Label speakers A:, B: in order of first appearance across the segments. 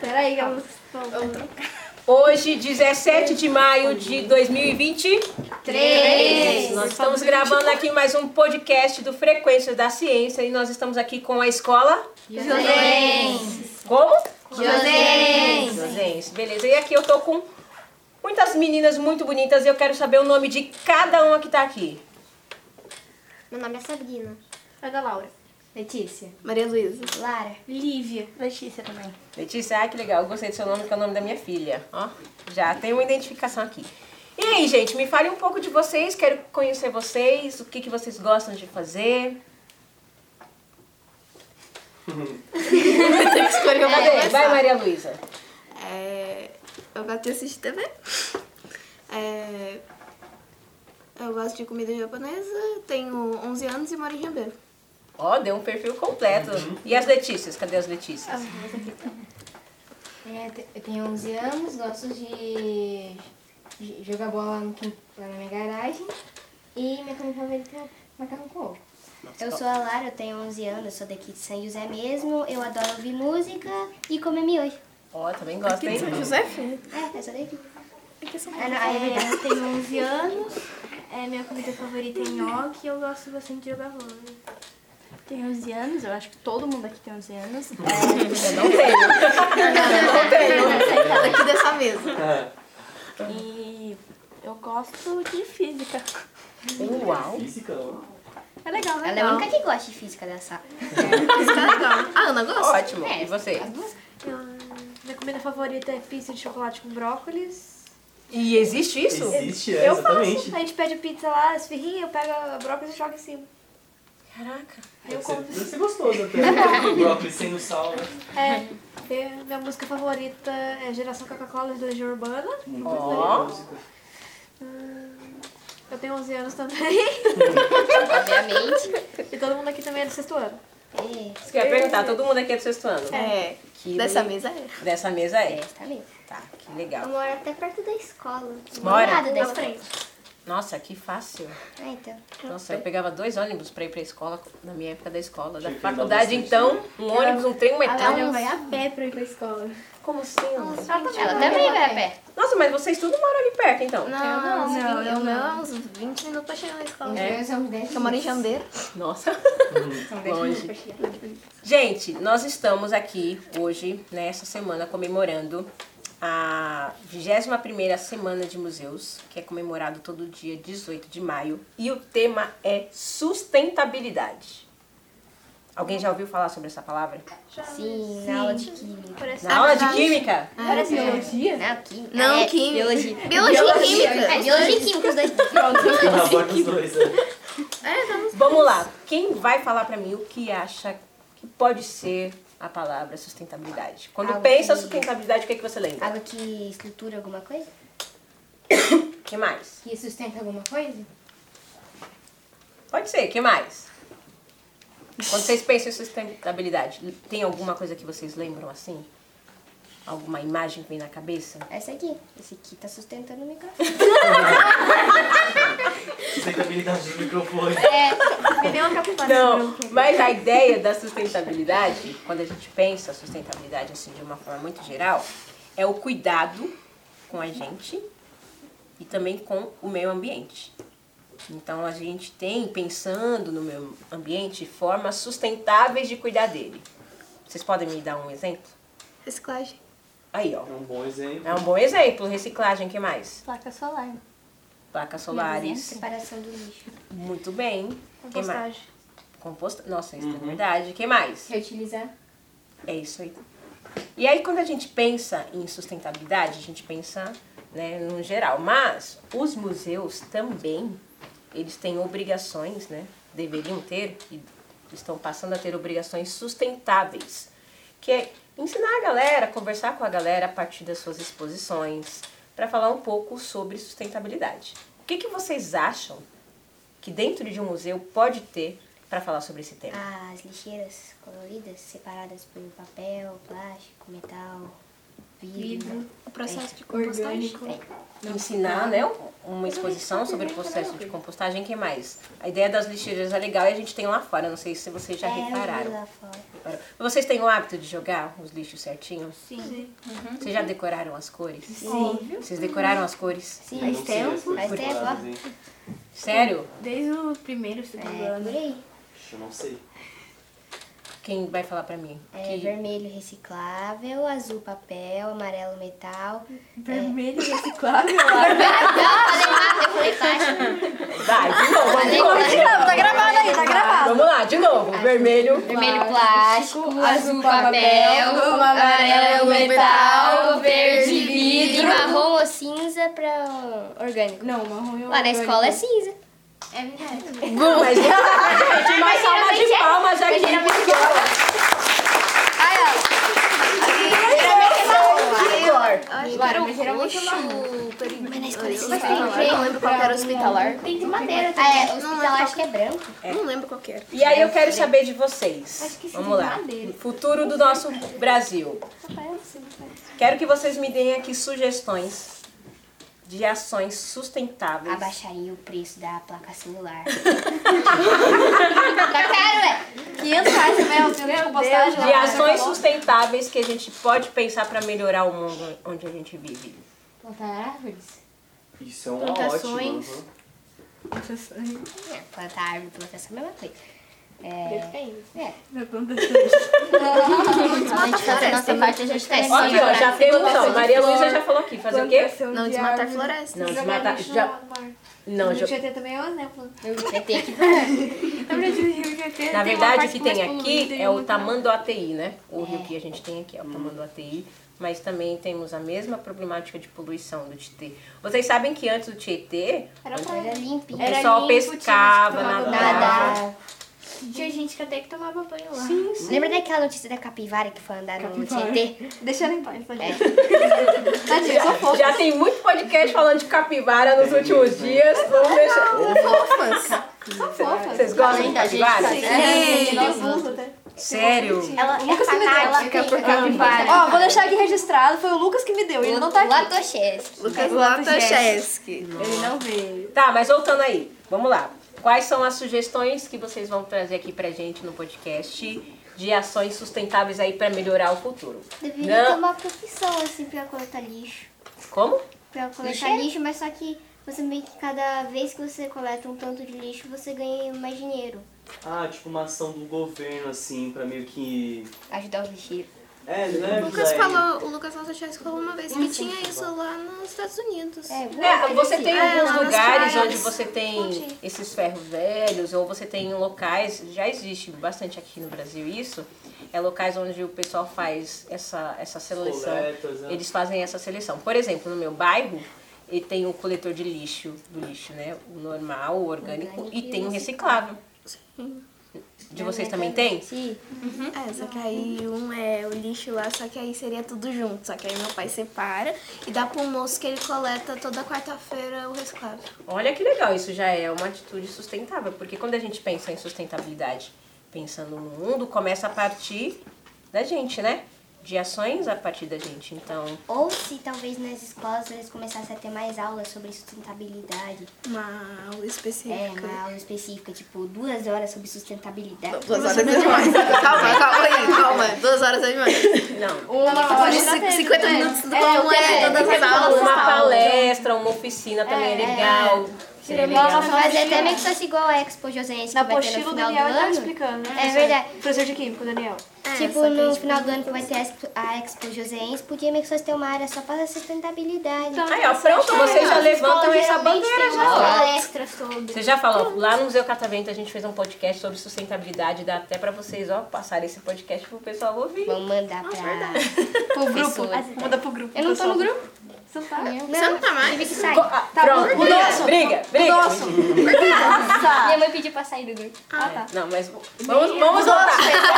A: Peraí, que elas vão trocar.
B: Hoje, 17 de maio de 2023,
A: Três.
B: nós estamos gravando aqui mais um podcast do Frequências da Ciência e nós estamos aqui com a escola.
A: Josense.
B: Como?
A: Josense.
B: Josense. Beleza, e aqui eu tô com muitas meninas muito bonitas e eu quero saber o nome de cada uma que tá aqui.
A: Meu nome é Sabrina. Ana Laura. Letícia.
C: Maria Luísa.
A: Lara.
C: Lívia. Letícia também.
B: Letícia, ah, que legal, eu gostei do seu nome, que é o nome da minha filha. Ó, já tem uma identificação aqui. E aí, gente, me fale um pouco de vocês, quero conhecer vocês, o que, que vocês gostam de fazer.
C: Tem que escolher uma
B: Cadê?
C: delas.
B: Vai, Maria Luísa.
C: É, eu gosto de assistir TV. É, eu gosto de comida japonesa. Tenho 11 anos e moro em Ribeiro.
B: Ó, deu um perfil completo. E as Letícias? Cadê as Letícias?
D: É, te- eu tenho 11 anos, gosto de de jogar bola no quin- lá na minha garagem e minha comida favorita é macarrão com ovo.
A: Eu sou a Lara, eu tenho 11 anos, eu sou daqui de São José mesmo. Eu adoro ouvir música e comer miojo.
B: Ó, também gosto, hein?
C: José?
A: É, eu sou daqui.
D: É, eu tenho 11 anos, minha comida favorita é nhoque e eu gosto bastante de jogar bola.
E: Tenho 11 anos, eu acho que todo mundo aqui tem 11 anos.
D: Uhum.
B: Eu não tenho.
C: Daqui dessa mesa.
D: É,
E: E eu gosto de física.
B: Uau.
E: É legal, né?
A: Ela é a única que gosta de física da sala.
C: Isso tá legal. A Ana gosta?
B: Ótimo. E você?
D: Minha comida favorita é pizza de chocolate com brócolis.
B: E existe isso?
F: Existe, é, exatamente.
D: A gente pede pizza lá, as esfirrinha, eu pego a brócolis e jogo em cima.
B: Caraca.
D: Aí eu como.
F: Deve ser gostoso até. Brócolis sem o sal, né?
D: É, minha- minha música favorita é Geração Coca-Cola de Legião Urbana.
F: Muito
B: Ó.
F: boa música.
D: Eu tenho 11 anos também.
A: Obviamente.
D: E todo mundo aqui também é do sexto ano.
A: É,
B: Você quer perguntar, todo mundo aqui é do sexto ano?
C: É.
B: Que
C: Dessa
B: le-
C: mesa é.
B: Dessa mesa é.
A: tá mesmo.
B: Tá, que legal.
A: moro até perto da escola.
B: Mora?
A: Nada da escola.
B: Nossa, que fácil.
A: Ah, então.
B: Nossa, eu pegava dois ônibus pra ir pra escola, na minha época da escola. Da
F: Tinha que andar
B: faculdade,
F: bastante, né?
B: então, um ônibus, um trem, um metrô.
E: vai a pé pra ir pra escola.
B: Como assim?
A: Ela também vai a pé.
B: Nossa, mas vocês tudo moram ali perto, então.
C: Não, não, eu meu é uns 20 minutos pra chegar na escola.
B: É.
C: Eu moro em Jandeiro.
B: Nossa. Longe. Gente, nós estamos aqui hoje, nessa semana, comemorando a 21ª Semana de Museus, que é comemorado todo dia 18 de maio, e o tema é sustentabilidade. Alguém já ouviu falar sobre essa palavra?
A: Sim, na aula de química.
B: Na aula de química?
A: Não, química.
C: Não,
A: é,
C: química.
A: Biologia.
C: Biologia e química.
A: É, biologia e química, os dois. Pronto.
F: Ah, bota os dois, né?
B: Vamos lá. Quem vai falar pra mim o que acha que pode ser a palavra sustentabilidade? Quando
A: Algo
B: pensa
A: que-
B: sustentabilidade, o que, é que você lembra?
A: Água que estrutura alguma coisa?
B: O que mais?
D: Que sustenta alguma coisa?
B: Pode ser, o que mais? Quando vocês pensam em sustentabilidade, tem alguma coisa que vocês lembram assim? Alguma imagem que vem na cabeça?
A: Essa aqui. Esse aqui tá sustentando o microfone.
F: Sustentabilidade do microfone.
D: Bebeu uma capivara.
B: Não, mas a ideia da sustentabilidade, quando a gente pensa sustentabilidade assim de uma forma muito geral, é o cuidado com a gente e também com o meio ambiente. Então a gente tem pensando no meio ambiente formas sustentáveis de cuidar dele. Vocês podem me dar um exemplo?
C: Reciclagem.
B: Aí, ó.
F: É um bom exemplo.
B: É um bom exemplo, reciclagem, que mais?
E: Placa solar.
B: Placas solares.
A: Separação do lixo.
B: Muito bem. Que mais?
D: Compostagem.
B: Composta. Nossa, isso é verdade. Que mais?
D: Reutilizar.
B: É isso aí. E aí, quando a gente pensa em sustentabilidade, a gente pensa né, no geral. Mas os museus também, eles têm obrigações, né? Deveriam ter, e estão passando a ter obrigações sustentáveis. Que é ensinar a galera, conversar com a galera a partir das suas exposições, para falar um pouco sobre sustentabilidade. O que, que vocês acham que dentro de um museu pode ter para falar sobre esse tema?
A: As lixeiras coloridas, separadas por papel, plástico, metal. vidro. É,
C: O processo de compostagem.
D: orgânico.
B: ensinar, né, uma exposição sobre o processo de compostagem, que mais? A ideia das lixeiras é legal e a gente tem lá fora, não sei se vocês já
A: é, eu vi
B: repararam.
A: lá fora.
B: Vocês têm o hábito de jogar os lixos certinho?
E: Sim.
B: Vocês já decoraram as cores?
A: Sim.
B: Vocês decoraram as cores?
A: Sim.
E: Faz tempo.
A: Faz
F: Por-
A: tempo, ó.
B: Sério?
E: Desde o primeiro, segundo
A: É, por
E: ano.
A: aí.
F: Eu não sei.
B: Quem vai falar pra mim?
A: É
B: Que-
A: vermelho reciclável, azul papel, amarelo metal.
E: Vermelho reciclável. lá.
A: Eu falei plástico.
B: Vai, de novo, de novo, de novo.
E: tá gravado aí, tá gravado.
B: Vamos lá, de novo. Vermelho.
A: Vermelho plástico,
E: azul papel, amarelo metal,
A: um verde vidro, marrom ou cinza pra orgânico.
E: Não, marrom e
A: Lá na
E: orgânico.
A: escola é cinza.
D: É verdade.
B: Mas, gente, uma salva de palmas aqui. porque, olha, de cor.
D: Claro, mas geralmente é
A: Mas tem
C: Eu não
A: verde.
C: lembro qual que era o hospitalar.
A: Tem de madeira também. Ah, é, o hospital acho que é branco.
C: Não lembro qual que era.
B: E aí eu quero saber de vocês.
E: que sim,
B: Vamos lá.
E: madeira.
B: Futuro do nosso Brasil. Quero que vocês me deem aqui sugestões de ações sustentáveis.
A: Abaixaria o preço da placa celular. tá caro, é?
E: 500 reais também, o centro de compostagem.
B: De ações sustentáveis que a gente pode pensar para melhorar o mundo onde a gente vive.
D: Plantar árvores?
F: Isso é uma
E: Plantações.
F: ótima. viu?
A: É, plantar árvore, plantar essa mesma coisa. É, é. Quando a gente fazer a nossa parte, é a gente tá testa.
B: Aqui, ó, já temos, ó, Maria Luísa já falou aqui, fazer o quê?
C: um Não desmatar floresta.
B: Não, desmatar. Já, não, já,
D: Tietê também é um exemplo.
A: Vai ter que
B: na verdade, o que tem aqui é o Tamanduateí, né? O rio que a gente tem aqui é o Tamanduateí. Mas também temos a mesma problemática de poluição do Tietê. Vocês sabem que antes do Tietê,
A: Era limpinho.
B: o pessoal pescava, nadava.
A: Nada.
D: Tinha gente que até que tomava banho lá.
A: Lembra daquela notícia da capivara que foi andar no Tietê?
E: Deixa ela em paz,
A: É.
E: tá ligado?
B: Já tem muito podcast falando de capivara nos últimos dias. Vamos deixar. Vocês gostam de capivara?
E: tá?
B: Sério?
A: Ela é fanática por capivara.
E: Ó, vou deixar aqui registrado, foi o Lucas que me deu, ele não tá aqui.
A: Latochesky.
C: Lucas Latochesky.
E: Ele não veio.
B: Tá, mas voltando aí, vamos lá. Quais são as sugestões que vocês vão trazer aqui pra gente no podcast de ações sustentáveis aí pra melhorar o futuro?
G: Deveria
B: Não.
G: ter uma profissão, assim, pra coletar lixo.
B: Como?
G: Pra coletar
A: Lixeira?
G: lixo, mas só que você meio que cada vez que você coleta um tanto de lixo, você ganha mais dinheiro.
F: Ah, tipo uma ação do governo, assim, pra meio que.
A: Ajudar os lixeiros.
F: É, né?
C: O Lucas
F: Jair?
C: falou, o Lucas Latochesky falou uma vez que tinha isso lá nos Estados Unidos.
B: É, você tem
C: É, lá
B: alguns
C: nas
B: lugares
C: praias.
B: onde você tem esses ferros velhos, ou você tem locais, já existe bastante aqui no Brasil isso, é locais onde o pessoal faz essa, essa seleção.
F: Coletas, né?
B: Eles fazem essa seleção. Por exemplo, no meu bairro, ele tem o coletor de lixo, do lixo, né? O normal, o orgânico, e tem o reciclável. De vocês
A: é
B: também tem?
A: Sim.
C: É, só que aí um é o lixo lá, só que aí seria tudo junto. Só que aí meu pai separa e dá pro moço que ele coleta toda quarta-feira o reciclável.
B: Olha que legal, isso já é uma atitude sustentável, porque quando a gente pensa em sustentabilidade, pensando no mundo, começa a partir da gente, né? De ações a partir da gente. Então,
A: Ou se talvez nas escolas eles começassem a ter mais aulas sobre sustentabilidade.
C: Uma aula
A: É,
C: específica.
A: uma aula específica, tipo, duas horas sobre sustentabilidade.
C: Duas horas é demais. calma, calma aí, calma. Duas horas é demais.
B: não.
E: Uma
C: Pode ser 50 minutos do como é todas as aulas.
B: Uma palestra, uma oficina também é legal. Seria legal.
A: Mas é até meio que fosse igual a Expo Josense que
E: Na
A: vai ter
E: apostila
A: no
E: o
A: final do
E: Daniel tá
A: ano.
E: explicando, né?
A: É verdade.
E: Professor de Química, o Daniel.
D: Ah,
C: É,
A: Tipo,
C: só que
A: no final do ano que vai ter a Expo- a Expo Josense, podia meio que só ter uma área só para sustentabilidade.
B: Aí, ó, pronto, vocês já levantam essa bandeira já. ó.
G: Palestra sobre.
B: Você já falou, lá no Museu Catavento a gente fez um podcast sobre sustentabilidade, dá até pra vocês, ó, passarem esse podcast pro pessoal ouvir.
A: Vamos mandar pra...
E: Pro grupo.
A: Professor.
E: Manda pro grupo.
A: Eu não tô
E: pessoal.
A: no grupo.
E: Você não tá?
C: Você não tá mais?
A: Sai.
B: Ah, pronto,
E: bom, o nosso.
B: briga, briga.
E: Nosso. Nossa. Tá.
A: Minha mãe pediu pra sair do grupo.
B: Não, mas v- vamos, vamos voltar.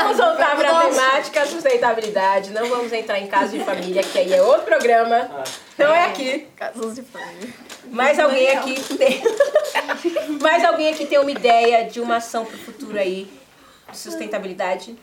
B: Vamos voltar para a temática sustentabilidade. Não vamos entrar em casa de família, que aí é outro programa.
F: Ah,
B: Não é aqui.
C: Casos de fome.
B: Mais alguém aqui tem. Mais alguém aqui tem uma ideia de uma ação pro futuro aí de sustentabilidade?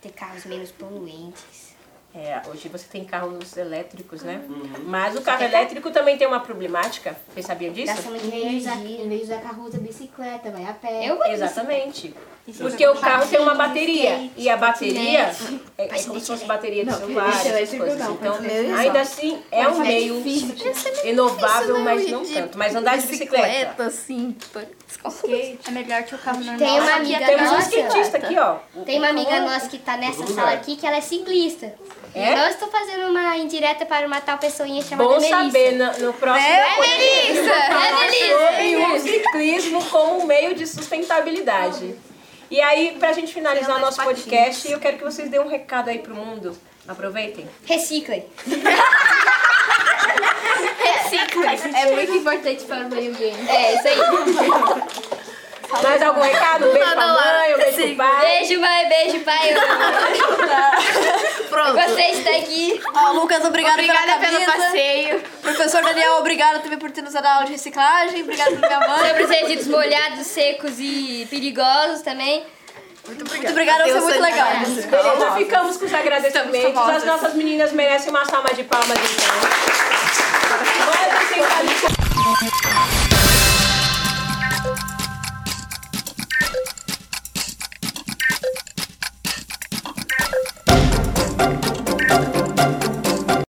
A: Ter carros menos poluentes.
B: É, hoje você tem carros elétricos, né?
F: Uhum.
B: Mas o carro elétrico também tem uma problemática. Vocês sabiam disso?
A: Gasta muito
D: Em vez, de,
A: energia.
D: em vez de usar carro, usa bicicleta, vai a pé.
A: Eu gosto disso.
B: Exatamente.
E: E se
B: Porque
E: você
B: o carro tem uma bateria. E a bateria é, é
A: Patinete
B: como se fosse
A: elétrico.
B: bateria de celular,
D: patinete
B: essas
D: elétrico
B: coisas.
D: não,
B: Então,
D: patinete não.
B: ainda assim, é um meio
C: Isso
B: inovável,
C: não é
B: mas
C: de-
B: não tanto. Mas andar de bicicleta.
C: assim, pra escola.
E: É melhor que o carro normal.
A: Tem uma
E: Aqui
A: amiga
E: até
B: Temos um
A: nossa.
C: é
B: skatista aqui, ó.
A: Tem uma amiga nossa que tá nessa sala aqui que ela é ciclista.
B: É?
A: Eu estou fazendo uma indireta para É uma tal pessoinha chamada
B: Bom
A: Melissa.
B: saber, no, no próximo sobre o ciclismo como um meio de sustentabilidade. E aí, pra gente finalizar o nosso podcast, eu quero que vocês dêem um recado aí pro mundo. Aproveitem.
A: Reciclem.
D: É muito importante para o meio ambiente.
A: É, isso aí.
B: Mais algum recado? Um beijo pra mãe, um beijo pro pai.
A: Beijo, mãe. Beijo, pai.
C: Pronto.
A: Você está tá aqui.
H: Ó, Lucas, obrigado pela
C: Obrigada pelo
H: camisa.
C: passeio.
H: Professor Daniel, obrigado também por ter nos dado aula de reciclagem. Obrigado pela minha mãe.
A: Sobre os resíduos molhados, secos e perigosos também.
H: Muito obrigada, você é muito legal.
B: Beleza, ficamos com os agradecimentos. As nossas meninas merecem uma salva de palmas, então. Bora pra quem tá ali com-